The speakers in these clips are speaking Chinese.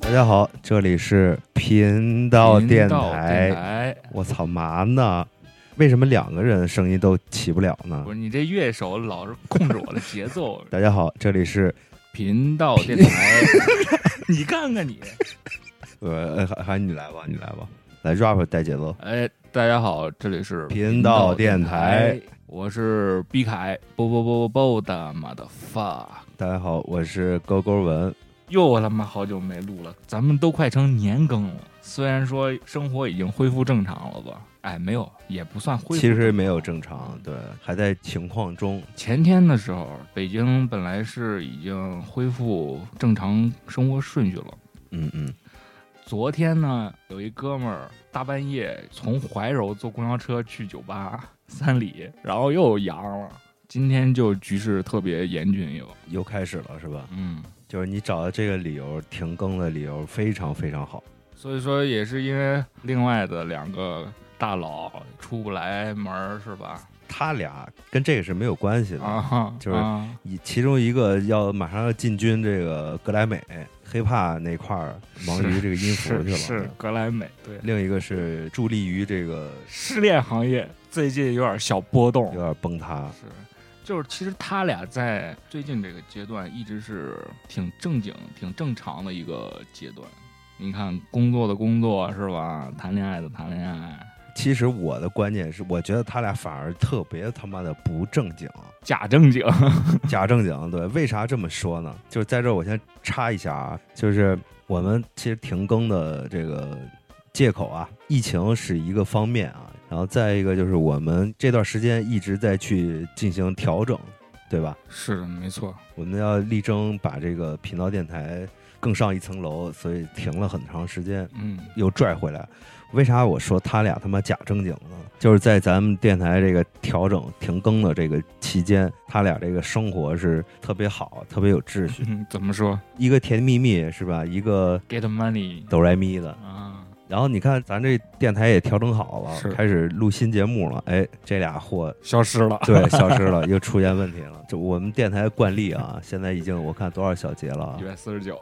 大家好，这里是频道电频道台。台，我操嘛呢？为什么两个人声音都起不了呢。不？是你这乐手老是控制我的节奏 大家好，这里是频道 电台，你看看你，呃，还还你来吧，你来吧，来 rap 带节奏。哎，大家好，这里是频道电台频道电台，我是毕凯，啵啵啵啵啵的妈的 fuck，大家好，我是勾勾文。又我他妈好久没录了，咱们都快成年更了。虽然说生活已经恢复正常了吧，哎，没有，也不算恢复。其实没有正常，对，还在情况中。前天的时候，北京本来是已经恢复正常生活顺序了。嗯嗯，昨天呢，有一哥们儿大半夜从怀柔坐公交车去酒吧 三里，然后又阳了。今天就局势特别严峻又，又开始了是吧？嗯，就是你找的这个理由，停更的理由非常非常好。所以说也是因为另外的两个大佬出不来门儿是吧？他俩跟这个是没有关系的。啊哈，就是啊以其中一个要马上要进军这个格莱美、黑怕那块儿，忙于这个音符去是了。是格莱美对另一个是助力于这个失恋行业最近有点小波动有，点崩塌，是，就是其实他俩在最近这个阶段一直是挺正经、挺正常的一个阶段。你看，工作的工作是吧？谈恋爱的谈恋爱，其实我的观点是，我觉得他俩反而特别他妈的不正经，假正经。 假正经。对，为啥这么说呢？就是在这儿我先插一下啊，就是我们其实停更的这个借口啊，疫情是一个方面啊，然后再一个就是我们这段时间一直在去进行调整，对吧？是的，没错。我们要力争把这个频道电台更上一层楼，所以停了很长时间。嗯，又拽回来。为啥我说他俩他妈假正经呢？就是在咱们电台这个调整停更的这个期间，他俩这个生活是特别好，特别有秩序，嗯怎么说一个甜蜜蜜是吧？一个？Get money 哆来咪的。啊，然后你看咱这电台也调整好是了，开始录新节目了。哎，这俩货 消失了。啊对消失了，又出现问题了。就我们电台惯例啊，现在已经我看多少小节了啊一？百四十九，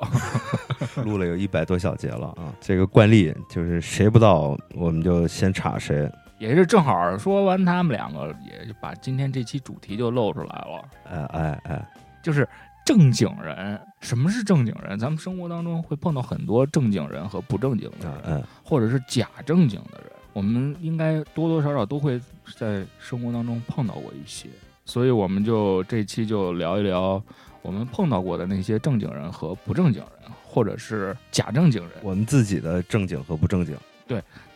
录了有一百多小节了啊。这个惯例就是谁不到我们就先插谁。也是正好说完他们两个，也就把今天这期主题就露出来了，哎哎哎，就是正经人。什么是正经人？咱们生活当中会碰到很多正经人和不正经的人嗯。嗯，或者是假正经的人，我们应该多多少少都会在生活当中碰到过一些，所以我们就这期就聊一聊我们碰到过的那些正经人和不正经人，或者是假正经人，我们自己的正经和不正经，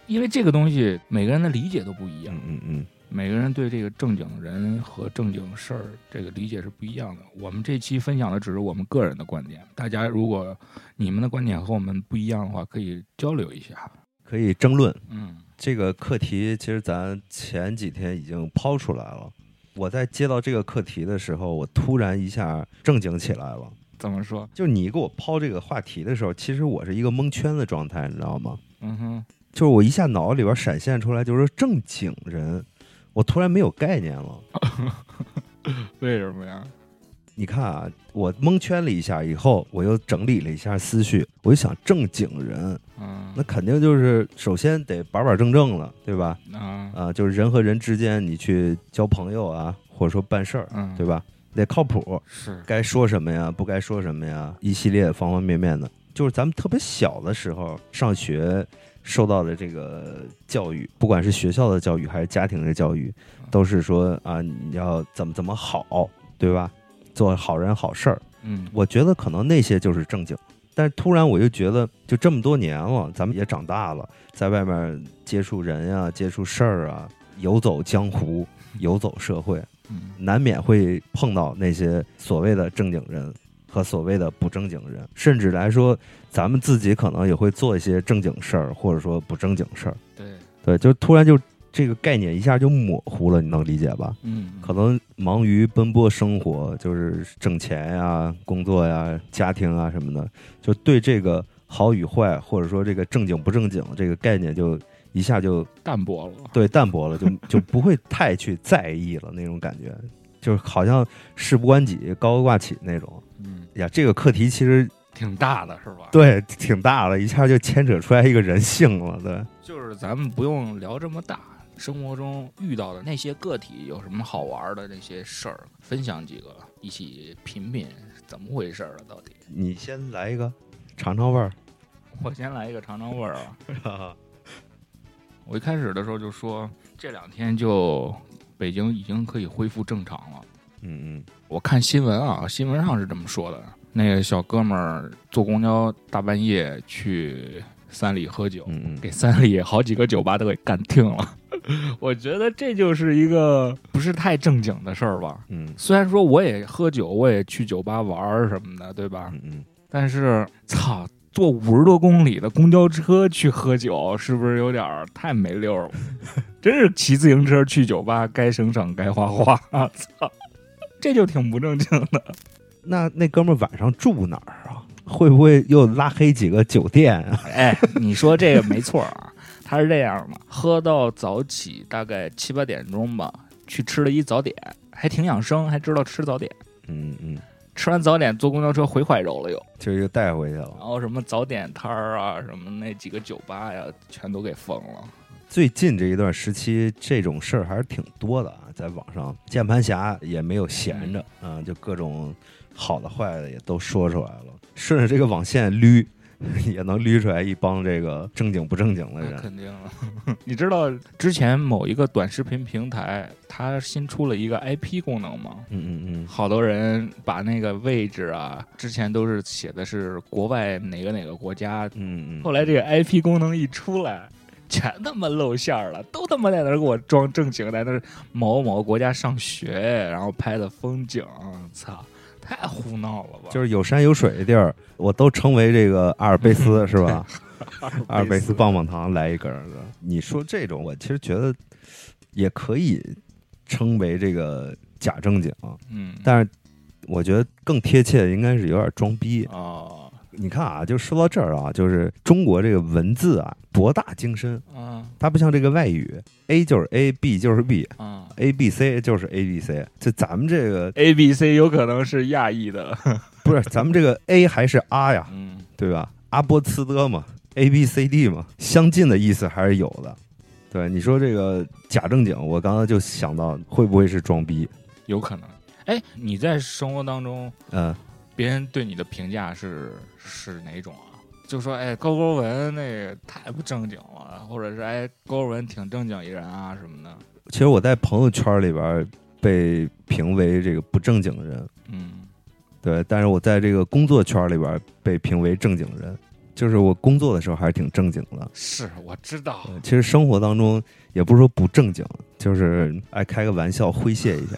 因为这个东西每个人的理解都不一样嗯，嗯嗯，每个人对这个正经人和正经事儿这个理解是不一样的。我们这期分享的只是我们个人的观点，大家如果你们的观点和我们不一样的话，可以交流一下。可以争论嗯这个课题。其实咱前几天已经抛出来了。我在接到这个课题的时候，我突然一下正经起来了。怎么说？就是你给我抛这个话题的时候，其实我是一个蒙圈的状态，你知道吗？嗯哼，就是我一下脑里边闪现出来，就是正经人，我突然没有概念了。为什么呀？你看啊，我蒙圈了一下以后，我又整理了一下思绪，我就想正经人，嗯，那肯定就是首先得板板正正了，对吧？啊，啊、就是人和人之间，你去交朋友啊，或者说办事儿，嗯，对吧？得靠谱，是，该说什么呀，不该说什么呀，一系列方方面面的，就是咱们特别小的时候上学受到的这个教育，不管是学校的教育还是家庭的教育，嗯都是说啊，你要怎么怎么好，对吧？做好人好事儿。嗯，我觉得可能那些就是正经，但是突然我又觉得，就这么多年了，咱们也长大了，在外面接触人呀、接触事儿啊，游走江湖、游走社会，嗯难免会碰到那些所谓的正经人和所谓的不正经人，甚至来说，咱们自己可能也会做一些正经事儿，或者说不正经事儿。对，对，就突然就这个概念一下就模糊了，你能理解吧？嗯，可能忙于奔波生啊活，就是挣钱呀、工作呀、家庭啊什么的，就对这个好与坏，或者说这个正经不正经这个概念就一下就淡薄了。对淡薄了，就 就不会太去在意了那种感觉，就是好像事不关己高高挂起那种。嗯，呀，这个课题其实挺大的是吧？，对挺大的，一下就牵扯出来一个人性了。对，就是咱们不用聊这么大，生活中遇到的那些个体有什么好玩的那些事儿，分享几个，一起品品怎么回事儿了啊到底。 你先来一个尝尝 味儿。我先来一个尝尝味儿啊。嗯我一开始的时候就说，这两天就北京已经可以恢复正常了。嗯嗯我看新闻啊，新闻上是这么说的：那个小哥们儿坐公交大半夜去三里喝酒，嗯嗯，给三里好几个酒吧都给干停了。 我觉得这就是一个不是太正经的事儿吧。嗯虽然说我也喝酒，我也去酒吧玩儿什么的，对吧？嗯嗯，但是操，坐五十多公里的公交车去喝酒，是不是有点儿太没溜儿了？ 真是骑自行车去酒吧，该省省该花花， 操，这就挺不正经的。那那哥们儿晚上住哪儿啊？会不会又拉黑几个酒店啊？哎，你说这个没错啊，他是这样的，喝到早起，大概七八点钟吧，去吃了一早点，还挺养生，还知道吃早点。嗯嗯，吃完早点坐公交车回怀柔了又，就又带回去了然。后什么早点摊儿啊，什么那几个酒吧呀，全都给封了。最近这一段时期，这种事儿还是挺多的啊，在网上，键盘侠也没有闲着啊、就各种好的坏的也都说出来了，顺着这个网线捋， 也能捋出来一帮这个正经不正经的那人。肯定了。 你知道之前某一个短视频平台，它新出了一个 IP 功能吗？嗯嗯好多人把那个位置啊，之前都是写的是国外哪个哪个国家，嗯嗯后来这个 IP 功能一出来，全他妈露馅儿了，都他妈在那儿给我装正经，在那儿某某国家上学，然后拍的风景，操，太胡闹了吧！就是是有山有水的地儿，我都称为这个阿尔卑 斯，是吧？阿尔卑斯啊棒棒糖来一根儿。你说这种，我其实觉得也可以称为这个假正经，嗯，但是我觉得更贴切的应该是有点装逼。哦，你看啊，就说到这儿啊，就是中国这个文字啊，博大精深，嗯它不像这个外语，A 就是 A，B 就是 B。嗯 A B C 就是 A B C，就咱们这个，A、B、C 有可能是亚裔的，不是咱们这个 A 还是 R 呀，嗯，对吧？阿波茨德嘛，A B C D 嘛，相近的意思还是有的。对你说这个假正经，我刚刚就想到会不会是装逼？有可能。哎，你在生活当中，嗯，别人对你的评价是是哪种啊？就说哎，高高文那个太不正经了，或者是哎，高高文挺正经一人啊什么的。其实我在朋友圈里边被评为这个不正经人，嗯，对，但是我在这个工作圈里边被评为正经人，就是我工作的时候还是挺正经的。是我知道，对其实生活当中也不是说不正经，就是爱开个玩笑诙谐一下，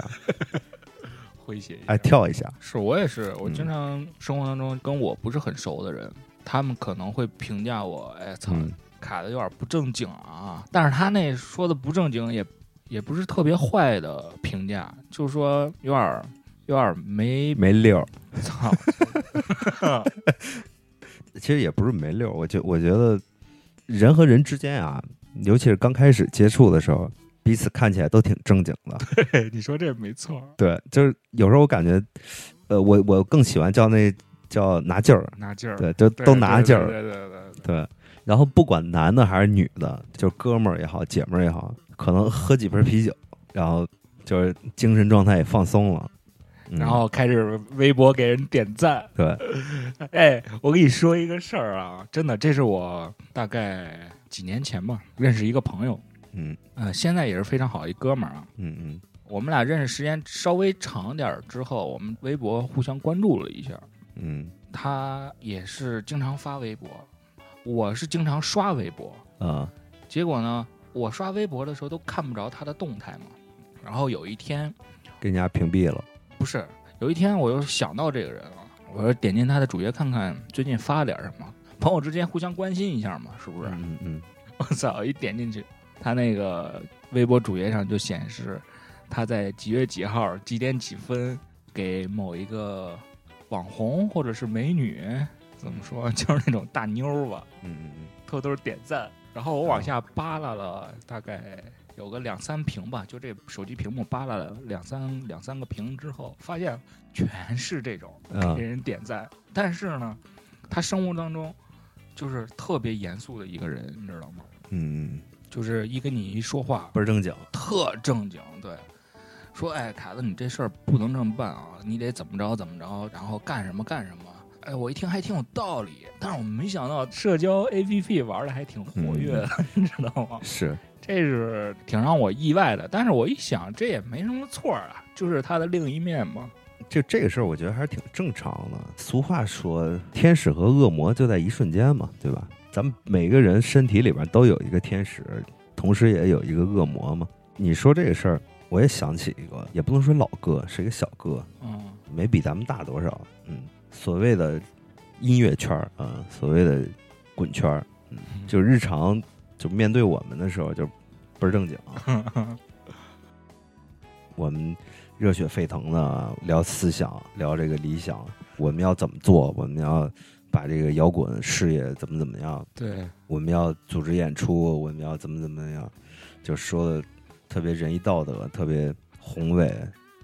诙谐一爱下。跳一下。哎是我也是，我嗯经常生活当中跟我不是很熟的人，他们可能会评价我，哎操，嗯卡的有点不正经啊。但是他那说的不正经也也不是特别坏的评价，就是说有点儿有点儿没没溜儿， 操，其实也不是没溜儿，我觉我觉得人和人之间啊，尤其是刚开始接触的时候，彼此看起来都挺正经的。你说这没错儿，对，就是有时候我感觉，呃，我我更喜欢叫那叫拿劲儿，拿劲儿，对，就对，都拿劲儿，对对对对对对。然后不管男的还是女的，就是哥们儿也好，姐们儿也好，可能喝几瓶啤酒，然后就是精神状态也放松了，嗯然后开始微博给人点赞。对，哎，我跟你说一个事儿啊，真的，这是我大概几年前吧，认识一个朋友，嗯呃，现在也是非常好一哥们儿啊。嗯嗯我们俩认识时间稍微长点儿之后，我们微博互相关注了一下，嗯他也是经常发微博，我是经常刷微博。啊结果呢，我刷微博的时候都看不着他的动态嘛。然后有一天，给人家屏蔽了，不是，有一天我又想到这个人了，我说点进他的主页看看最近发了点什么，朋友之间互相关心一下嘛，是不是？嗯嗯我操，一点进去，他那个微博主页上就显示他在几月几号几点几分给某一个网红或者是美女怎么说， 就是那种大妞儿吧，嗯嗯偷偷点赞。然后我往下扒拉了大概有个两三屏吧，就这手机屏幕扒拉了两三两三个屏之后，发现全是这种嗯啊给人点赞。但是呢，他生活当中就是特别严肃的一个人，你知道吗？嗯，就是一跟你一说话倍儿正经，特正经，对，说哎，凯子，你这事儿不能这么办啊，你得怎么着怎么着，然后干什么干什么。哎，我一听还挺有道理，但是我没想到社交 APP 玩的还挺活跃的，你知道吗？是这是挺让我意外的。但是我一想，这也没什么错儿啊，就是他的另一面嘛。就这个事儿，我觉得还是挺正常的。俗话说，天使和恶魔就在一瞬间嘛，对吧？咱们每个人身体里边都有一个天使，同时也有一个恶魔嘛。你说这个事儿，我也想起一个，也不能说老哥，是一个小哥，嗯没比咱们大多少。嗯，所谓的音乐圈儿啊、所谓的滚圈儿，嗯，就是日常就面对我们的时候就倍儿正经啊，我们热血沸腾的聊思想，聊这个理想，我们要怎么做，我们要把这个摇滚事业怎么怎么样，对，我们要组织演出，我们要怎么怎么样，就说的特别仁义道德，特别宏伟，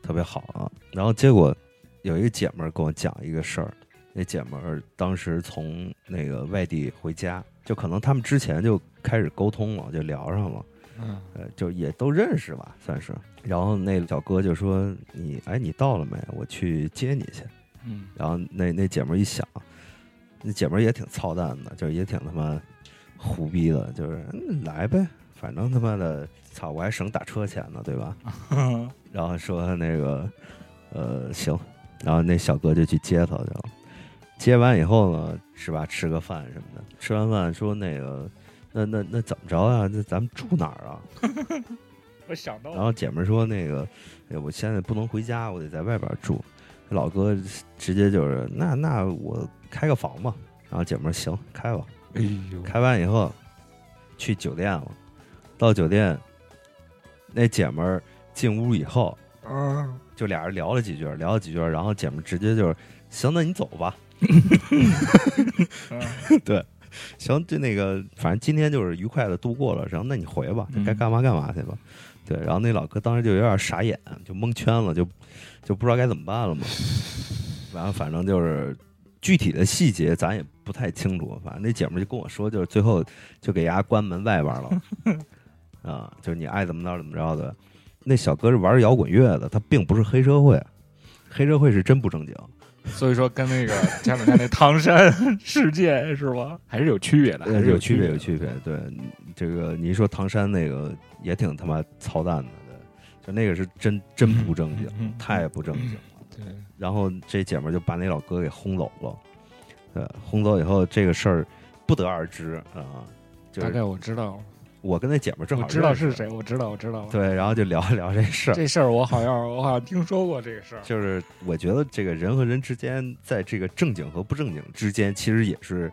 特别好啊。然后结果有一个姐们儿跟我讲一个事儿，那姐们儿当时从那个外地回家，就可能他们之前就开始沟通了，就聊上了。嗯呃，就也都认识吧，算是。然后那小哥就说：“你哎，你到了没？我去接你去。”嗯然后那那姐们儿一想，那姐们儿也挺操蛋的，就是也挺他妈胡逼的，就是、嗯来呗，反正他妈的操，我还省打车钱呢，对吧？然后说那个呃行，然后那小哥就去接他去了。接完以后呢，是吧？吃个饭什么的，吃完饭说那个，那那那怎么着啊？那咱们住哪儿啊？我想到然后姐们儿说那个，哎，我现在不能回家，我得在外边儿住。老哥直接就是那那我开个房吧。然后姐们儿行，开吧。哎呦，开完以后，去酒店了。到酒店，那姐们儿进屋以后，啊，就俩人聊了几句，聊了几句，然后姐们儿直接就是行，那你走吧。对，行，就那个，反正今天就是愉快的度过了。然后那你回吧，就该嗯干嘛干嘛去吧。对，然后那老哥当时就有点傻眼，就蒙圈了，就就不知道该怎么办了嘛。然后反正就是具体的细节咱也不太清楚，反正那姐们儿就跟我说，就是最后就给丫关门外边儿 了，啊，就是你爱怎么着怎么着的。那小哥是玩摇滚乐的，他并不是黑社会，黑社会是真不正经。所以说跟那个 前两天那唐山世界是吧，还是有区别的，还呃，是有区区别别，的，有区别。对，这个你一说唐山那个也挺他妈操蛋的，对，就那个是真真不正经，嗯嗯太不正经了。对，然后这姐们儿就把那老哥给轰走了，对，轰走以后这个事儿不得而知啊、就大是概我知道，我跟那姐们儿正我好知道认识是，谁，我知道，我知道，对，然后就聊一聊这事儿。这事儿我好像我好像听说过这个事儿，就是我觉得这个人和人之间，在这个正经和不正经之间，其实也是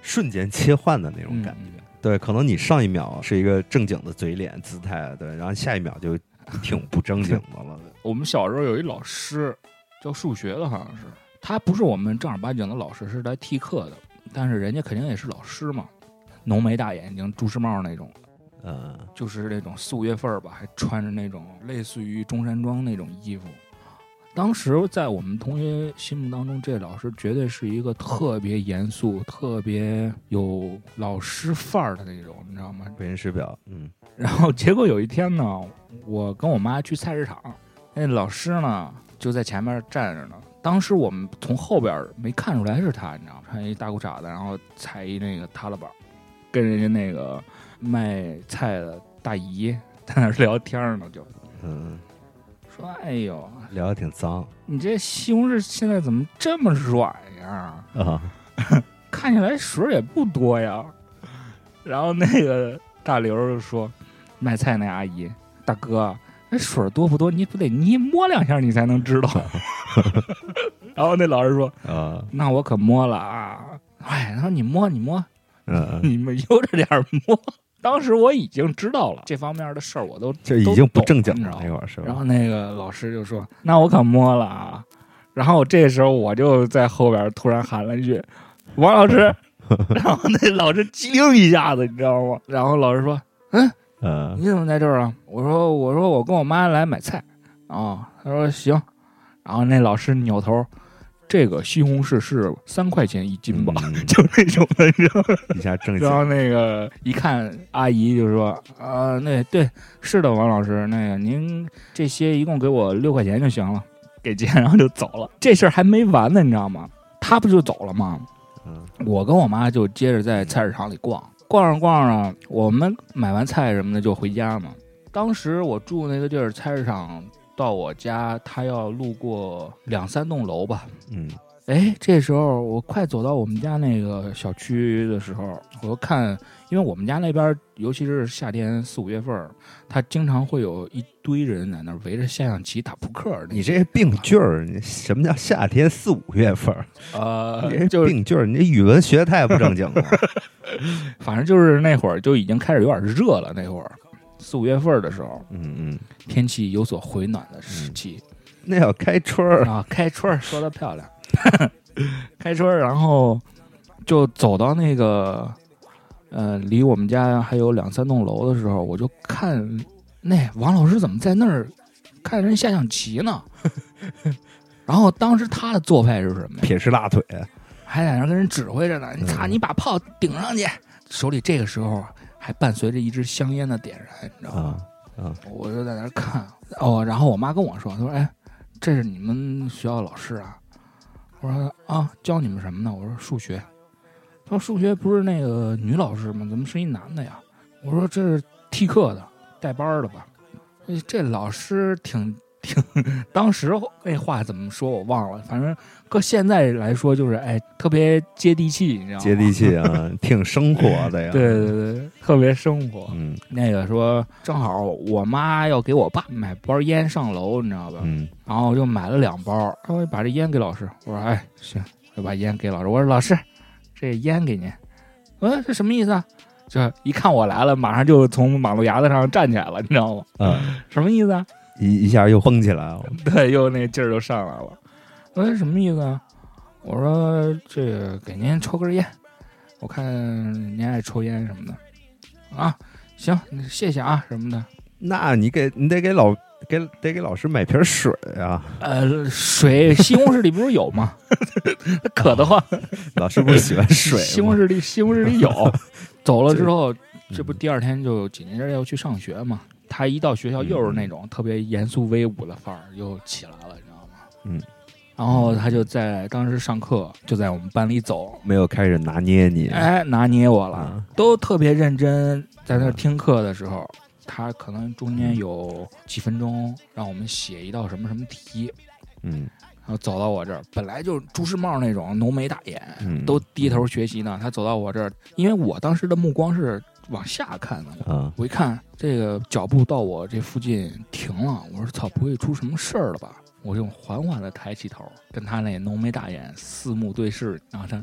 瞬间切换的那种嗯感觉。对，可能你上一秒是一个正经的嘴脸姿态，对，然后下一秒就挺不正经的 了。我们小时候有一老师教数学的，好像是他不是我们正儿八经的老师，是来替课的，但是人家肯定也是老师嘛，浓眉大眼睛、朱时茂那种，嗯就是那种四五月份儿吧，还穿着那种类似于中山装那种衣服。当时在我们同学心目当中，这老师绝对是一个特别严肃、特别有老师范儿的那种，你知道吗？为人师表，嗯然后结果有一天呢，我跟我妈去菜市场，那老师呢就在前面站着呢。当时我们从后边儿没看出来是他，你知道吗？穿一大裤衩子，然后踩一那个踏拉板，跟人家那个卖菜的大姨 在那儿聊天呢，就嗯，说：“哎呦，聊得挺脏你这西红柿现在怎么这么软呀？啊，看起来水也不多呀。然后那个大刘就说：“卖菜那阿姨，大哥，那水多不多？你不得你摸两下你才能知道。”然后那老师说啊：“，那我可摸了啊！”哎，他说：“你摸，你摸，嗯，嗯你们悠着点儿摸。”当时我已经知道了这方面的事儿，我都就已经不正经都了懂那会儿是然吧后？那个老师就说：“那我可摸了啊！”然后这时候我就在后边突然喊了一句：“王 老师，然后那老师机灵一下子，你知道吗？然后老师说呃，你怎么在这儿啊？我说我说我跟我妈来买菜啊、他说行，然后那老师扭头，这个西红柿是三块钱一斤吧，嗯 啊就那种的，你知道吗？一下正经然，后那个一看阿姨就说啊、那对是的，王老师，那个您这些一共给我六块钱就行了，给钱， 然后就走了。这事儿还没完呢，你知道吗？他不就走了吗？嗯我跟我妈就接着在菜市场里逛，逛着逛着，我们买完菜什么的就回家嘛。当时我住那个地儿，菜市场到我家，他要路过两三栋楼吧。嗯哎，这时候我快走到我们家那个小区的时候，我就看，因为我们家那边，尤其是夏天四五月份儿，他经常会有一堆人在那儿围着下象棋、打扑克儿。你这病句儿，你什么叫夏天四五月份儿？呃你，这就是病句儿，你这语文学得太不正经了。反正就是那会儿就已经开始有点热了，那会儿四五月份儿的时候， 嗯嗯，天气有所回暖的时期、那要开春儿，啊，开春儿说的漂亮， 开春儿，然后就走到那个呃离我们家还有两三栋楼的时候，我就看那王老师怎么在那儿看人下象棋呢？ 然后当时他的做派是什么呀？撇吃大腿，还在那儿跟人指挥着呢，你嗯操，你把炮顶上去，手里这个时候啊还伴随着一支香烟的点燃，你知道吗？啊，我就在那儿看哦，然后我妈跟我说，她说：“哎，这是你们学校老师啊？”我说：“啊，教你们什么呢？”我说：“数学。”她说：“数学不是那个女老师吗？怎么是一男的呀？”我说：“这是替课的，带班儿的吧？”哎这老师挺挺，当时那话怎么说我忘了，反正搁现在来说就是哎，特别接地气，你知道吗？接地气啊，挺生活的呀。对对对，特别生活。嗯那个说，正好我妈要给我爸买包烟上楼，你知道吧？嗯然后我就买了两包，然后把这烟给老师。我说：“哎，行，我就把烟给老师。”我说：“老师，这烟给您。”嗯，这什么意思啊？这一看我来了，马上就从马路牙子上站起来了，你知道吗？啊，什么意思啊？ 一一下又蹦起来了。对，又那劲儿就上来了。我说什么意思啊？我说这个给您抽根烟，我看您爱抽烟什么的啊。行，谢谢啊什么的。那你给你得给老给得给老师买瓶水啊，呃，水西红柿里不是有 吗？渴得慌，老师不是喜欢水 吗西红柿里西红柿里有。 走了之后，嗯这不第二天就紧接着要去上学嘛。他一到学校又是那种特别严肃威武的范儿，又起来了，你知道吗？嗯。然后他就在当时上课，就在我们班里走，没有开始拿捏你？哎，拿捏我了，啊都特别认真，在那儿听课的时候，他可能中间嗯有几分钟让我们写一道什么什么题，嗯然后走到我这儿，本来就是朱时茂那种浓眉大眼，嗯，都低头学习呢。他走到我这儿，因为我当时的目光是往下看的，啊，我一看这个脚步到我这附近停了，我说操，不会出什么事儿了吧？我就缓缓的抬起头，跟他那浓眉大眼四目对视，然后他，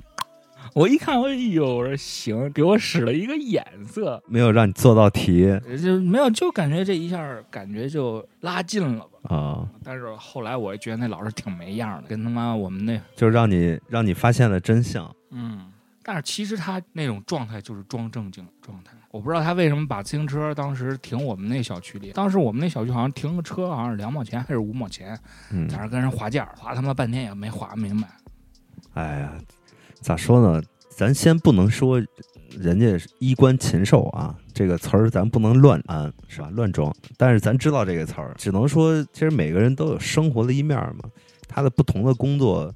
我一看，哎呦，我说行，给我使了一个眼色，呃没有让你做到题就没有，就感觉这一下感觉就拉近了吧。啊，但是后来我也觉得那老师挺没样儿的，跟他妈我们那就是让你让你发现了真相。嗯，但是其实他那种状态就是装正经的状态。我不知道他为什么把自行车当时停我们那小区里，当时我们那小区好像停个车好像是两毛钱还是五毛钱，嗯在，那儿跟人划价，划他妈半天也没划明白。哎呀，咋说呢？咱先不能说人家是衣冠禽兽啊，这个词儿咱不能乱安，是吧？乱装。但是咱知道这个词儿，只能说其实每个人都有生活的一面儿嘛，他的不同的工作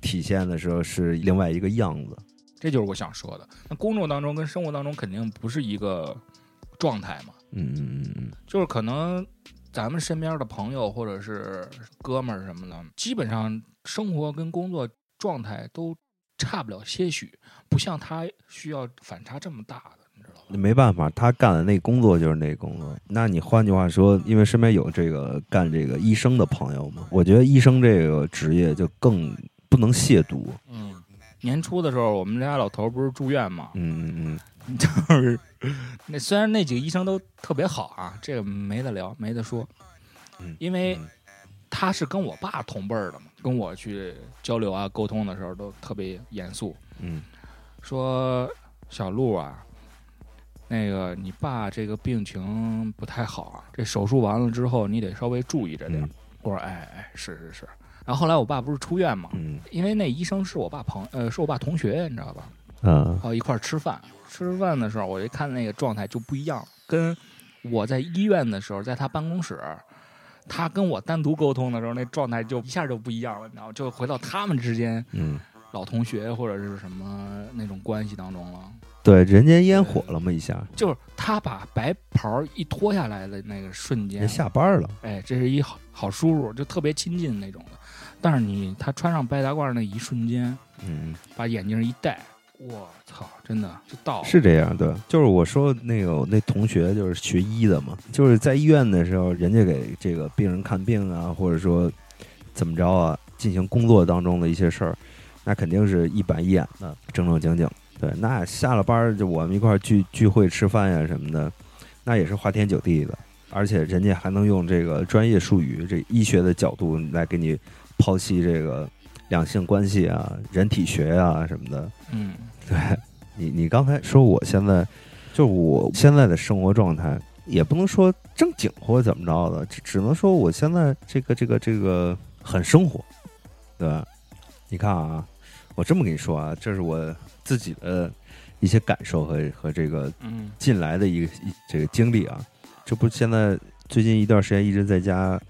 体现的时候是另外一个样子。这就是我想说的。那工作当中跟生活当中肯定不是一个状态嘛，嗯嗯嗯嗯，就是可能咱们身边的朋友或者是哥们儿什么的，基本上生活跟工作状态都差不了些许，不像他需要反差这么大的，你知道吧？那没办法，他干的那工作就是那工作。那你换句话说，因为身边有这个干这个医生的朋友嘛，我觉得医生这个职业就更不能亵渎。嗯，年初的时候，我们家老头儿不是住院嘛，嗯嗯嗯，就是那虽然那几个医生都特别好啊，这个没得聊，没得说嗯，因为嗯他是跟我爸同辈儿的嘛，跟我去交流啊、沟通的时候都特别严肃，嗯说小陆啊，那个你爸这个病情不太好啊，这手术完了之后你得稍微注意着点儿。嗯我说哎哎是是是，然后后来我爸不是出院嘛，嗯因为那医生是我爸朋呃是我爸同学，你知道吧？啊然呃后一块儿吃饭。吃饭的时候，我一看那个状态就不一样，跟我在医院的时候，在他办公室，他跟我单独沟通的时候，那状态就一下就不一样了，你知道吗，就回到他们之间嗯，老同学或者是什么那种关系当中了。对，人间烟火了嘛一下，就是他把白袍一脱下来的那个瞬间人，下班了，哎，这是一好好叔叔，就特别亲近那种的。但是你他穿上白大褂那一瞬间，嗯，把眼镜一戴，我操，真的就到了。是这样，对，就是我说那个我那同学就是学医的嘛，就是在医院的时候，人家给这个病人看病啊，或者说怎么着啊，进行工作当中的一些事儿，那肯定是一板一眼的，正正经经。对，那下了班儿就我们一块儿聚聚会、吃饭呀、什么的，那也是花天酒地的，而且人家还能用这个专业术语、这医学的角度来给你剖析这个两性关系啊、人体学啊什么的。嗯， 对你，你刚才说我现在就是我现在的生活状态，也不能说正经或者怎么着的，只只能说我现在这个这个这个很生活，对吧？你看啊，我这么跟你说啊，这是我自己的一些感受和和这个嗯近来的一个一这个经历啊，这不现在最近一段时间一直在家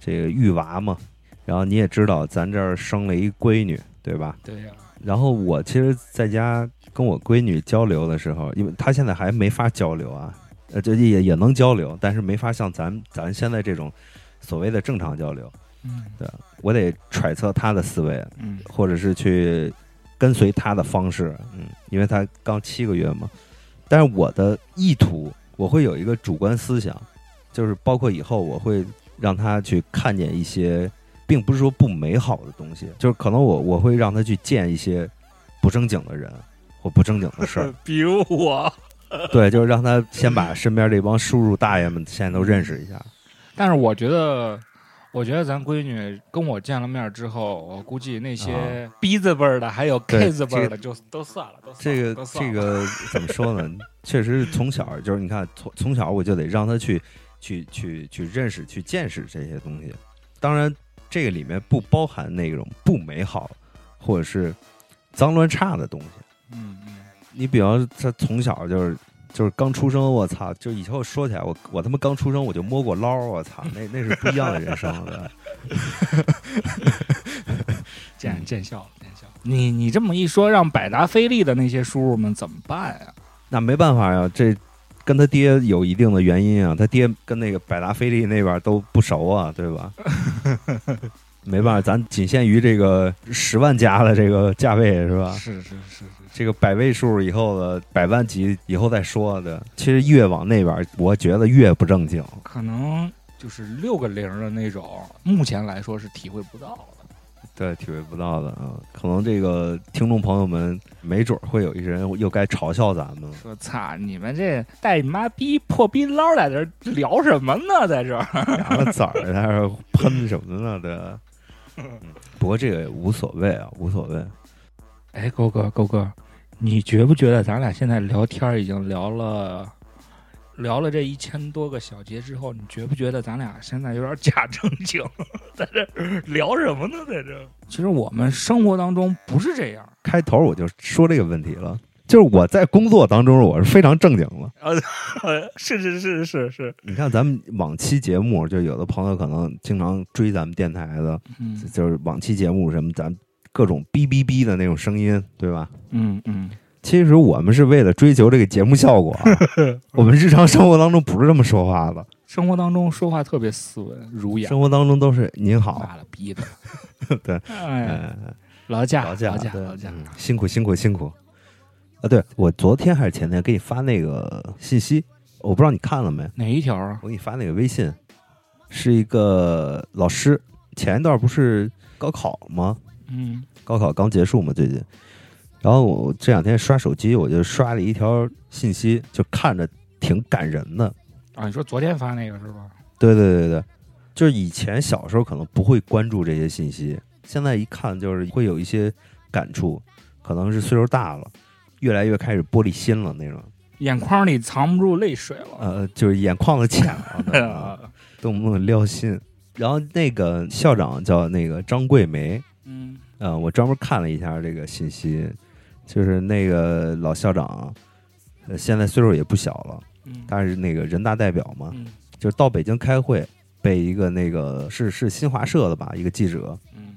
这个育娃嘛，然后你也知道咱这儿生了一闺女，对吧？对呀、然后我其实在家跟我闺女交流的时候，因为她现在还没法交流啊，呃，这也也能交流，但是没法像咱咱现在这种所谓的正常交流。嗯对，我得揣测她的思维，啊嗯或者是去跟随她的方式，嗯，因为她刚七个月嘛。但是我的意图，我会有一个主观思想，就是包括以后我会让她去看见一些，并不是说不美好的东西，就是可能我我会让她去见一些不正经的人或不正经的 事儿。呃比如我，对，就是让她先把身边这帮叔叔大爷们现在都认识一下。但是我觉得，我觉得咱闺女跟我见了面之后，我估计那些啊 B 字辈儿的还有对 K 字辈儿这的就都算了， 都算这了个都算这了个怎么说 呢？确实是从小就是你看从从小我就得让他去去去去认识、去见识这些东西。当然，这个里面不包含那种不美好或者是脏乱差的东西。嗯嗯你比方说他从小就是就是刚出生，我操！就以后说起来，我我他妈刚出生我就摸过捞，我操，那那是不一样的人生的。见见笑了，见笑了。你你这么一说，让百达翡丽的那些叔叔们怎么办呀？那没办法呀，这跟他爹有一定的原因啊。他爹跟那个百达翡丽那边都不熟啊，对吧？没办法，咱仅限于这个十万加的这个价位是吧？是是是是，这个百位数以后的百万级以后再说的。其实越往那边，我觉得越不正经。可能就是六个零儿的那种，目前来说是体会不到的。对，体会不到的啊。可能这个听众朋友们，没准儿会有一些人又该嘲笑咱们了。说操，你们这带你妈逼破逼捞在这儿聊什么呢？在这儿，拿了籽儿在那儿喷什么呢？这，嗯不过这个也无所谓啊，无所谓。哎，狗哥，狗哥，你觉不觉得咱俩现在聊天儿已经聊了聊了这一千多个小节之后，你觉不觉得咱俩现在有点假正经， 在这儿聊什么呢？在这儿，其实我们生活当中不是这样。开头我就说这个问题了，就是我在工作当中我是非常正经的。呃， 是是是是是，你看咱们往期节目，就有的朋友可能经常追咱们电台的，嗯就是往期节目什么，咱各种哔哔哔的那种声音，对吧？嗯嗯，其实我们是为了追求这个节目效 果啊，我们日常生活当中不是这么说话的，生活当中说话特别斯文儒雅，生活当中都是您好，，妈了逼 的对，哎，嗯，劳驾劳驾驾对劳驾，嗯辛苦辛苦辛苦。啊，对我昨天还是前天给你发那个信息，我不知道你看了没？哪一条啊？我给你发那个微信，是一个老师，前一段不是高考吗？嗯高考刚结束嘛，最近。然后我这两天刷手机，我就刷了一条信息，就看着挺感人的。啊，你说昨天发那个是吧？对对对对，就是以前小时候可能不会关注这些信息，现在一看就是会有一些感触，可能是岁数大了，越来越开始玻璃心了那种，眼眶里藏不住泪水了。呃，就是眼眶子浅了 对啊，嗯动不动撩心。然后那个校长叫那个张桂梅，嗯，呃，我专门看了一下这个信息，就是那个老校长，呃，现在岁数也不小了，嗯他是那个人大代表嘛，嗯就是到北京开会，被一个那个是是新华社的吧，一个记者嗯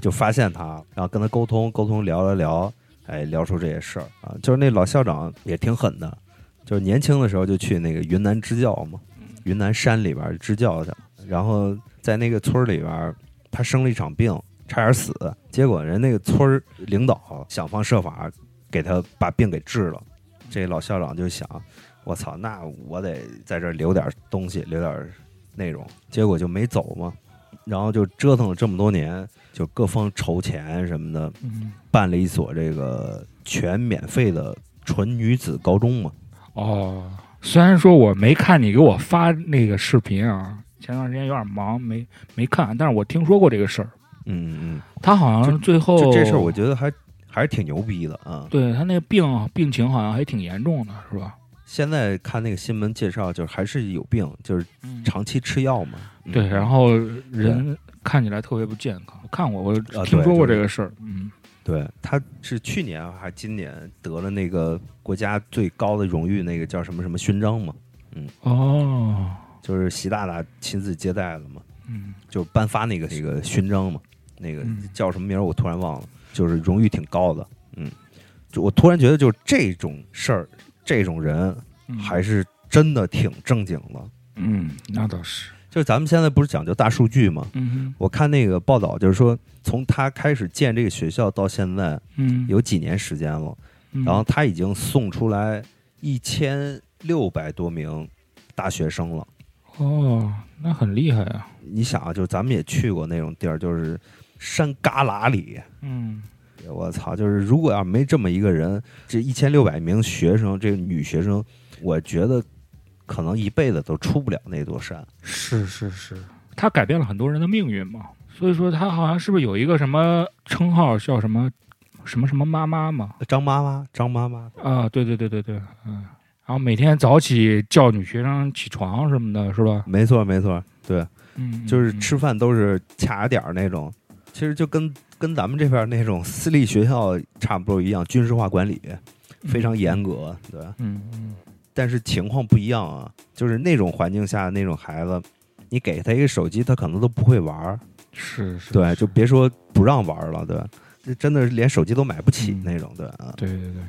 就发现他，然后跟他沟通沟通聊了聊，哎，聊出这些事儿啊，就是那老校长也挺狠的，就是年轻的时候就去那个云南支教嘛，嗯云南山里边支教去了，然后在那个村儿里边，他生了一场病，差点死。结果人那个村儿领导想方设法给他把病给治了。这老校长就想，我操，那我得在这儿留点东西，留点内容。结果就没走嘛，然后就折腾了这么多年，就各方筹钱什么的，嗯，办了一所这个全免费的纯女子高中嘛。哦，虽然说我没看你给我发那个视频啊，前段时间有点忙没没看，但是我听说过这个事儿。嗯嗯他好像最后嗯，就这事儿，我觉得还还是挺牛逼的啊。对他那个病病情好像还挺严重的，是吧？现在看那个新闻介绍，就是还是有病，就是嗯长期吃药嘛。嗯对，然后人看起来特别不健康。我看过，我对听说过这个事儿。嗯，对，他是去年啊还今年得了那个国家最高的荣誉，那个叫什么什么勋章嘛，哦，就是习大大亲自接待了嘛，嗯就是颁发那个那个勋章嘛，那个嗯叫什么名儿我突然忘了，就是荣誉挺高的。嗯，就我突然觉得，就是这种事儿，这种人嗯还是真的挺正经的。嗯，那倒是。就是咱们现在不是讲究大数据嘛，嗯我看那个报道，就是说从他开始建这个学校到现在嗯，有几年时间了，嗯，然后他已经送出来一千六百多名大学生了。哦，那很厉害啊。你想啊，就是咱们也去过那种地儿，就是山旮旯里，嗯我操！就是如果要没这么一个人，这一千六百名学生，这个女学生，我觉得可能一辈子都出不了那座山。，是是是，他改变了很多人的命运嘛。所以说，他好像是不是有一个什么称号叫什么什么什么妈妈嘛？张妈妈，张妈妈，啊，对对对对对，嗯。然后每天早起叫女学生起床什么的，是吧？没错，没错，对。嗯，就是嗯吃饭都是掐着点儿那种，其实就跟跟咱们这边儿那种私立学校差不多一样，军事化管理非常严。格，对。嗯嗯但是情况不一样啊，就是那种环境下那种孩子，你给他一个手机，他可能都不会玩儿，嗯，是是，对，是就别说不让玩儿了，对。这真的是连手机都买不起嗯那种，对啊，对对对。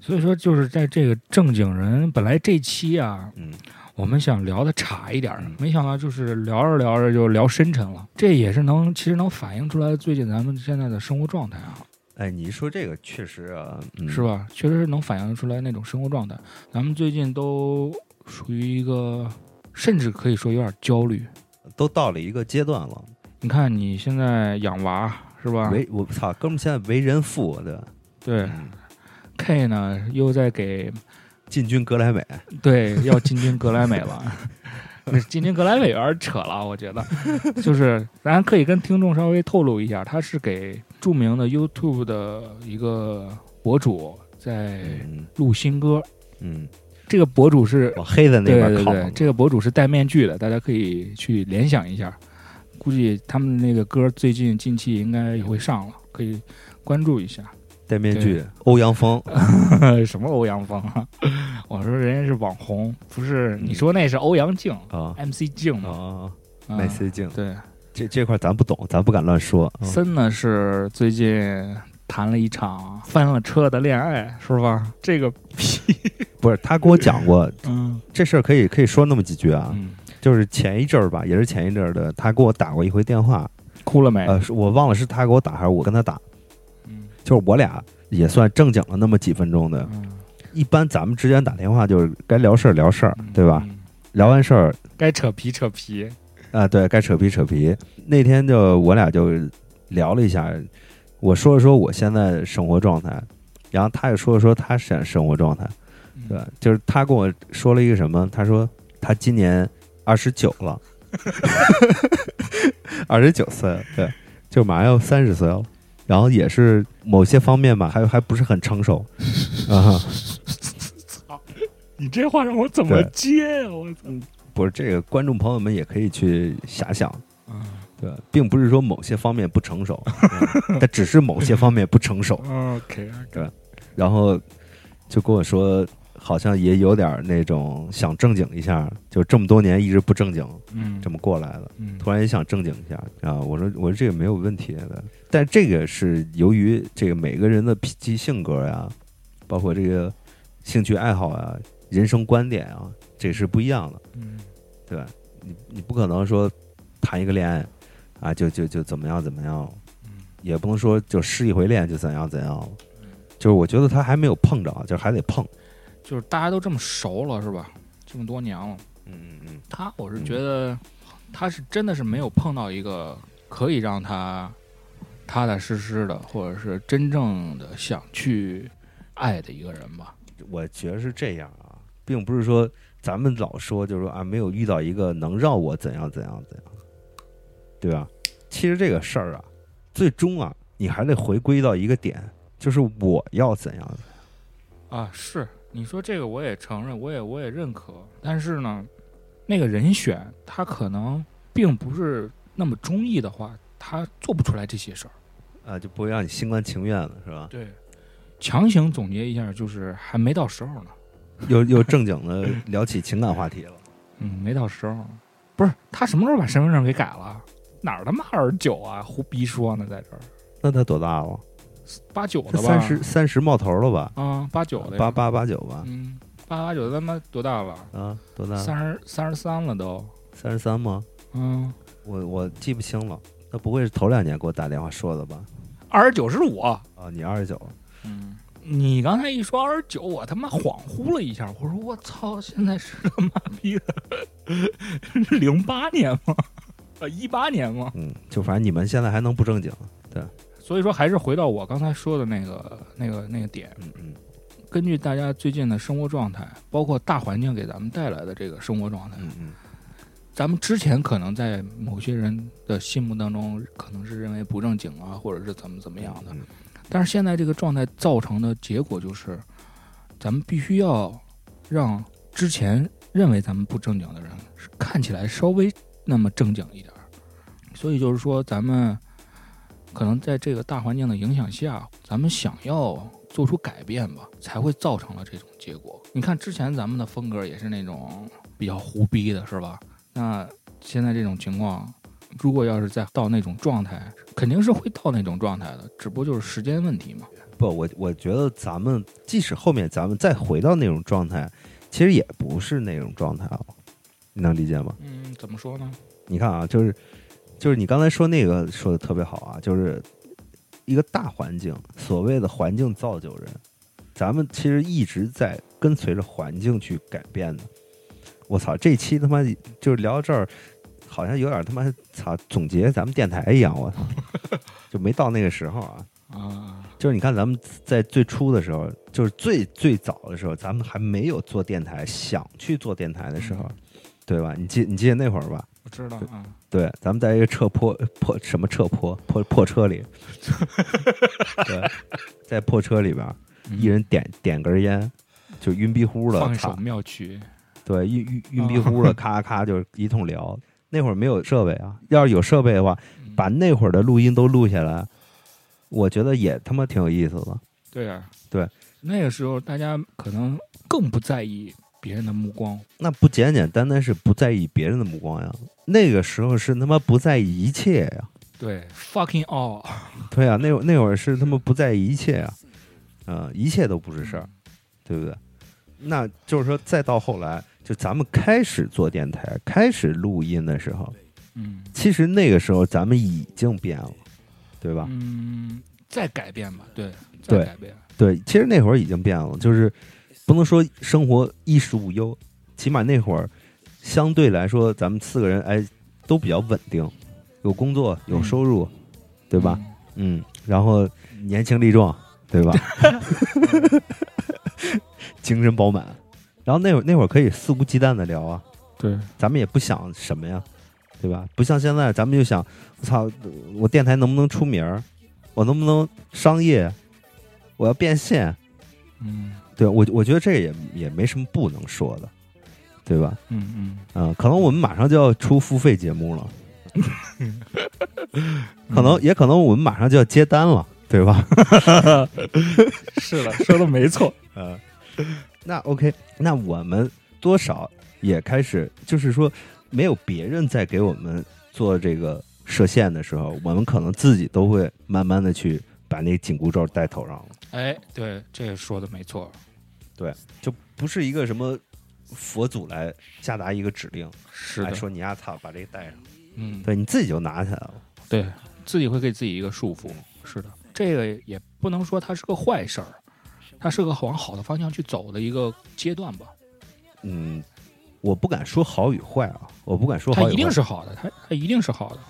所以说，就是在这个正经人，本来这期啊，嗯，我们想聊的岔一点儿嗯，没想到就是聊着聊着就聊深沉了。这也是能，其实能反映出来最近咱们现在的生活状态啊，哎，你一说这个确实啊，嗯是？吧？确实是能反映出来那种生活状态。咱们最近都属于一个，甚至可以说有点焦虑。都到了一个阶段了，你看你现在养娃是吧？为我操，哥们儿现在为人父，对吧，啊对嗯，K 呢又在给进军格莱美，哎对，要进军格莱美了。 那进军格莱美有点扯了，我觉得，就是咱可以跟听众稍微透露一下，他是给著名的 YouTube 的一个博主在嗯录新歌，嗯，这个博主是，往黑的那对边对靠。对，这个博主是戴面具的，大家可以去联想一下，估计他们那个歌最近近期应该也会上了，可以关注一下。戴面具，欧阳锋，呃什么欧阳锋啊？ 我说人家是网红，不是你嗯说那是欧阳靖。啊 MC 静嘛，啊，嗯麦穗静，对，这这块咱不懂，咱不敢乱说。嗯森呢是最近谈了一场翻了车的恋爱，是吧？这个屁，不是，他给我讲过嗯这事儿，可以可以说那么几句啊。嗯，就是前一阵儿吧，也是前一阵儿的，他给我打过一回电话，哭了没？呃，是我忘了是他给我打还是我跟他打，嗯就是我俩也算正经了那么几分钟的。嗯，一般咱们之间打电话就是该聊事儿聊事儿，对吧？嗯？聊完事儿该扯皮扯皮，啊，对该扯皮扯皮。那天就我俩就聊了一下，我说了说我现在的生活状态，然后他也说了说他现在生活状态，嗯对吧，就是他跟我说了一个什么，他说他今年二十九了， 二十九岁了，对，就马上要三十岁了，然后也是某些方面吧，还还不是很成熟啊。你这话让我怎么对接呀、啊我操！不是这个，观众朋友们也可以去遐想，嗯对，并不是说某些方面不成熟， 嗯但只是某些方面不成熟。 OK，然后就跟我说，好像也有点那种想正经一下，就这么多年一直不正经，嗯，这么过来的。嗯，突然也想正经一下啊！我说我说这个没有问题的，但这个是由于这个每个人的脾气、性格呀、包括这个兴趣爱好啊、人生观点啊，这是不一样的，嗯对吧？你你不可能说谈一个恋爱啊，就就就怎么样怎么样，也不能说就失一回恋就怎样怎样，就是我觉得他还没有碰着，啊就是还得碰。就是大家都这么熟了是吧？这么多年了，嗯嗯嗯，他我是觉得他是真的是没有碰到一个可以让他踏踏实实的，或者是真正的想去爱的一个人吧。我觉得是这样啊，并不是说咱们老说就是说啊，没有遇到一个能让我怎样怎样怎样，对吧？其实这个事儿啊，最终啊，你还得回归到一个点，就是我要怎样。啊，是你说这个我也承认，我也我也认可，但是呢，那个人选他可能并不是那么中意的话，他做不出来这些事儿。啊，就不会让你心甘情愿了，是吧？对，强行总结一下，就是还没到时候呢。又又正经的聊起情感话题了。嗯，没到时候。不是他什么时候把身份证给改了？哪儿他妈二十九啊？胡逼说呢，在这儿那他多大了？八九他的吧？三十三十冒头了吧？啊，八九的呀八，八八九吧？嗯，八八九的他妈多大了？啊，多大？三十三十三了都，三十三吗？嗯，我我记不清了。那不会是头两年给我打电话说的吧？二十九是我。啊，你二十九，嗯，你刚才一说二十九，我他妈恍惚了一下，我说我操，现在是他妈逼的 零八年吗？ 呃，一八年吗？嗯，就反正你们现在还能不正经？所以说，还是回到我刚才说的那个、那个、那个点，嗯嗯。根据大家最近的生活状态，包括大环境给咱们带来的这个生活状态，嗯嗯咱们之前可能在某些人的心目当中，可能是认为不正经啊，或者是怎么怎么样的，嗯但是现在这个状态造成的结果就是，咱们必须要让之前认为咱们不正经的人是看起来稍微那么正经一点儿。所以就是说，咱们可能在这个大环境的影响下，咱们想要做出改变吧，才会造成了这种结果。你看之前咱们的风格也是那种比较胡逼的，是吧？那现在这种情况，如果要是再到那种状态，肯定是会到那种状态的，只不过就是时间问题嘛。不，我我觉得咱们即使后面咱们再回到那种状态，其实也不是那种状态了，你能理解吗？嗯，怎么说呢？你看啊，就是就是你刚才说那个说的特别好啊，就是一个大环境，所谓的环境造就人，咱们其实一直在跟随着环境去改变的。我操，这期他妈就是聊到这儿，好像有点他妈操总结咱们电台一样，我操，就没到那个时候啊。啊，就是你看，咱们在最初的时候，就是最最早的时候，咱们还没有做电台，想去做电台的时候，对吧？你记你记得那会儿吧？我知道啊，对，咱们在一个车坡破什么车坡破破车 里，对，在破车里边，嗯一人点点根烟，就晕逼乎放了，一首啊操，妙曲，对，晕晕晕逼乎了，咔咔就是一通聊。那会儿没有设备啊，要是有设备的话，嗯把那会儿的录音都录下来，我觉得也他妈挺有意思的。对啊，对，那个时候大家可能更不在意别人的目光，那不简简单单是不在意别人的目光呀，那个时候是他妈不在意一切呀，对，fucking all 对呀，那会那会儿是他妈不在意一切呀，啊、一切都不是事儿，，对不对？那就是说，再到后来，就咱们开始做电台、开始录音的时候，嗯其实那个时候咱们已经变了，对吧？嗯，再改变吧，对，再啊对改变，对，其实那会儿已经变了，就是不能说生活衣食无忧，起码那会儿相对来说，咱们四个人哎都比较稳定，有工作有收入，对吧？嗯？嗯，然后年轻力壮，对吧？ 精神饱满。然后那会儿那会儿可以肆无忌惮的聊啊，对，咱们也不想什么呀，对吧？不像现在，咱们就想，我操，我电台能不能出名儿？我能不能商业？我要变现？嗯对我我觉得这也也没什么不能说的，对吧？嗯嗯，啊、可能我们马上就要出付费节目了，可嗯能也可能我们马上就要接单了，对吧？是了，说的没错。呃， 那 OK，那我们多少也开始，就是说，没有别人在给我们做这个设限的时候，我们可能自己都会慢慢的去把那紧箍咒戴头上了，哎，对，这个说的没错。就不是一个什么佛祖来下达一个指令，是哎的，说你丫操把这个戴上，嗯，对，你自己就拿起来了。对自己会给自己一个束缚。是的，这个也不能说它是个坏事儿，它是个往好的方向去走的一个阶段吧。嗯，我不敢说好与坏啊，我不敢说它好与坏，一定是好的，它它一定是好的。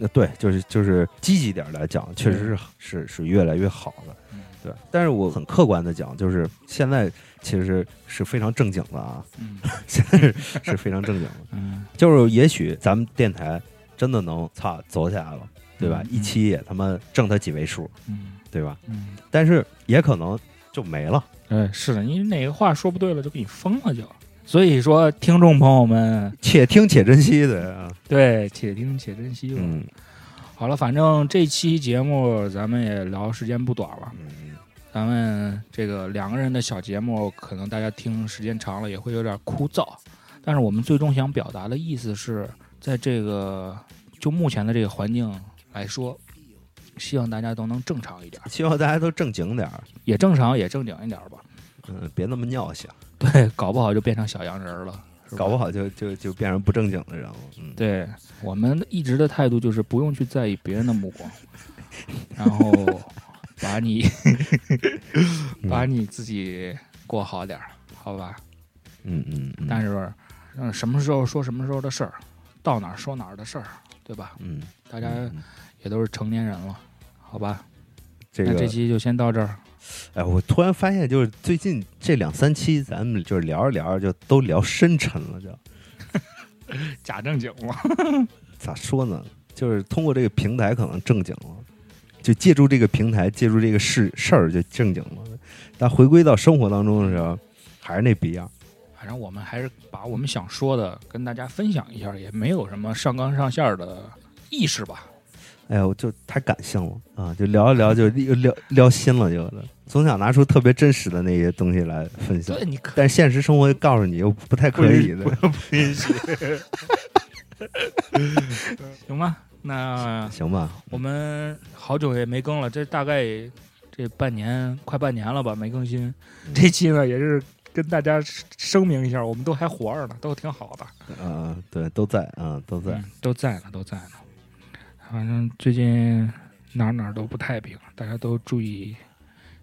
呃，对，就是就是积极点儿来讲，确实是是是越来越好了嗯，对。但是我很客观的讲，就是现在其实是非常正经的啊， 嗯现在是是非常正经的。嗯，就是也许咱们电台真的能操走起来了，对吧？嗯一期也他妈挣他几位数，嗯对吧？嗯，但是也可能就没了。哎，是的，你哪个话说不对了就给你封了就。所以说，听众朋友们，且听且珍惜的啊，对，且听且珍惜吧。嗯好了，反正这期节目咱们也聊时间不短了，嗯，咱们这个两个人的小节目，可能大家听时间长了也会有点枯燥，但是我们最终想表达的意思是，在这个就目前的这个环境来说，希望大家都能正常一点，希望大家都正经点儿，也正常也正经一点吧。 嗯，别那么尿性，对，搞不好就变成小洋人儿了，是吧搞不好就就就变成不正经的人了。嗯，对我们一直的态度就是不用去在意别人的目光，然后把你把你自己过好点儿，好吧？嗯嗯，嗯但是，嗯，什么时候说什么时候的事儿，到哪儿说哪儿的事儿，对吧？嗯，大家嗯嗯也都是成年人了，好吧？这个那这期就先到这儿。哎，我突然发现，就是最近这两三期，咱们就是聊着聊着就都聊深沉了，就假正经嘛，咋说呢？就是通过这个平台，可能正经了，就借助这个平台，借助这个事事儿就正经了。但回归到生活当中的时候，还是那逼样。反正我们还是把我们想说的跟大家分享一下，也没有什么上纲上线儿的意识吧。哎呦，就太感性了啊！就聊一聊，就又聊聊心了，就总想拿出特别真实的那些东西来分享对，，你可但是现实生活告诉你又不 太可以的。允许。 行吧，那行吧，我们好久也没更了，这大概也这半年快半年了吧，没更新。嗯这期呢也是跟大家声明一下，我们都还活着呢，都挺好的，啊，对，都在啊，都在。嗯都在呢，都在呢。反正最近哪儿哪儿都不太平，大家都注意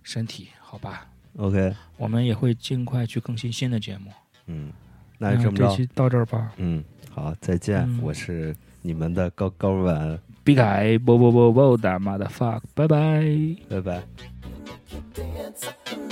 身体，好吧？ OK，我们也会尽快去更新新的节目。嗯，那就这么这着，期到这儿吧，嗯，好，再见，嗯我是你们的高高文，毕凯，啵啵啵啵的，妈的 fuck，拜拜。拜拜。 dance.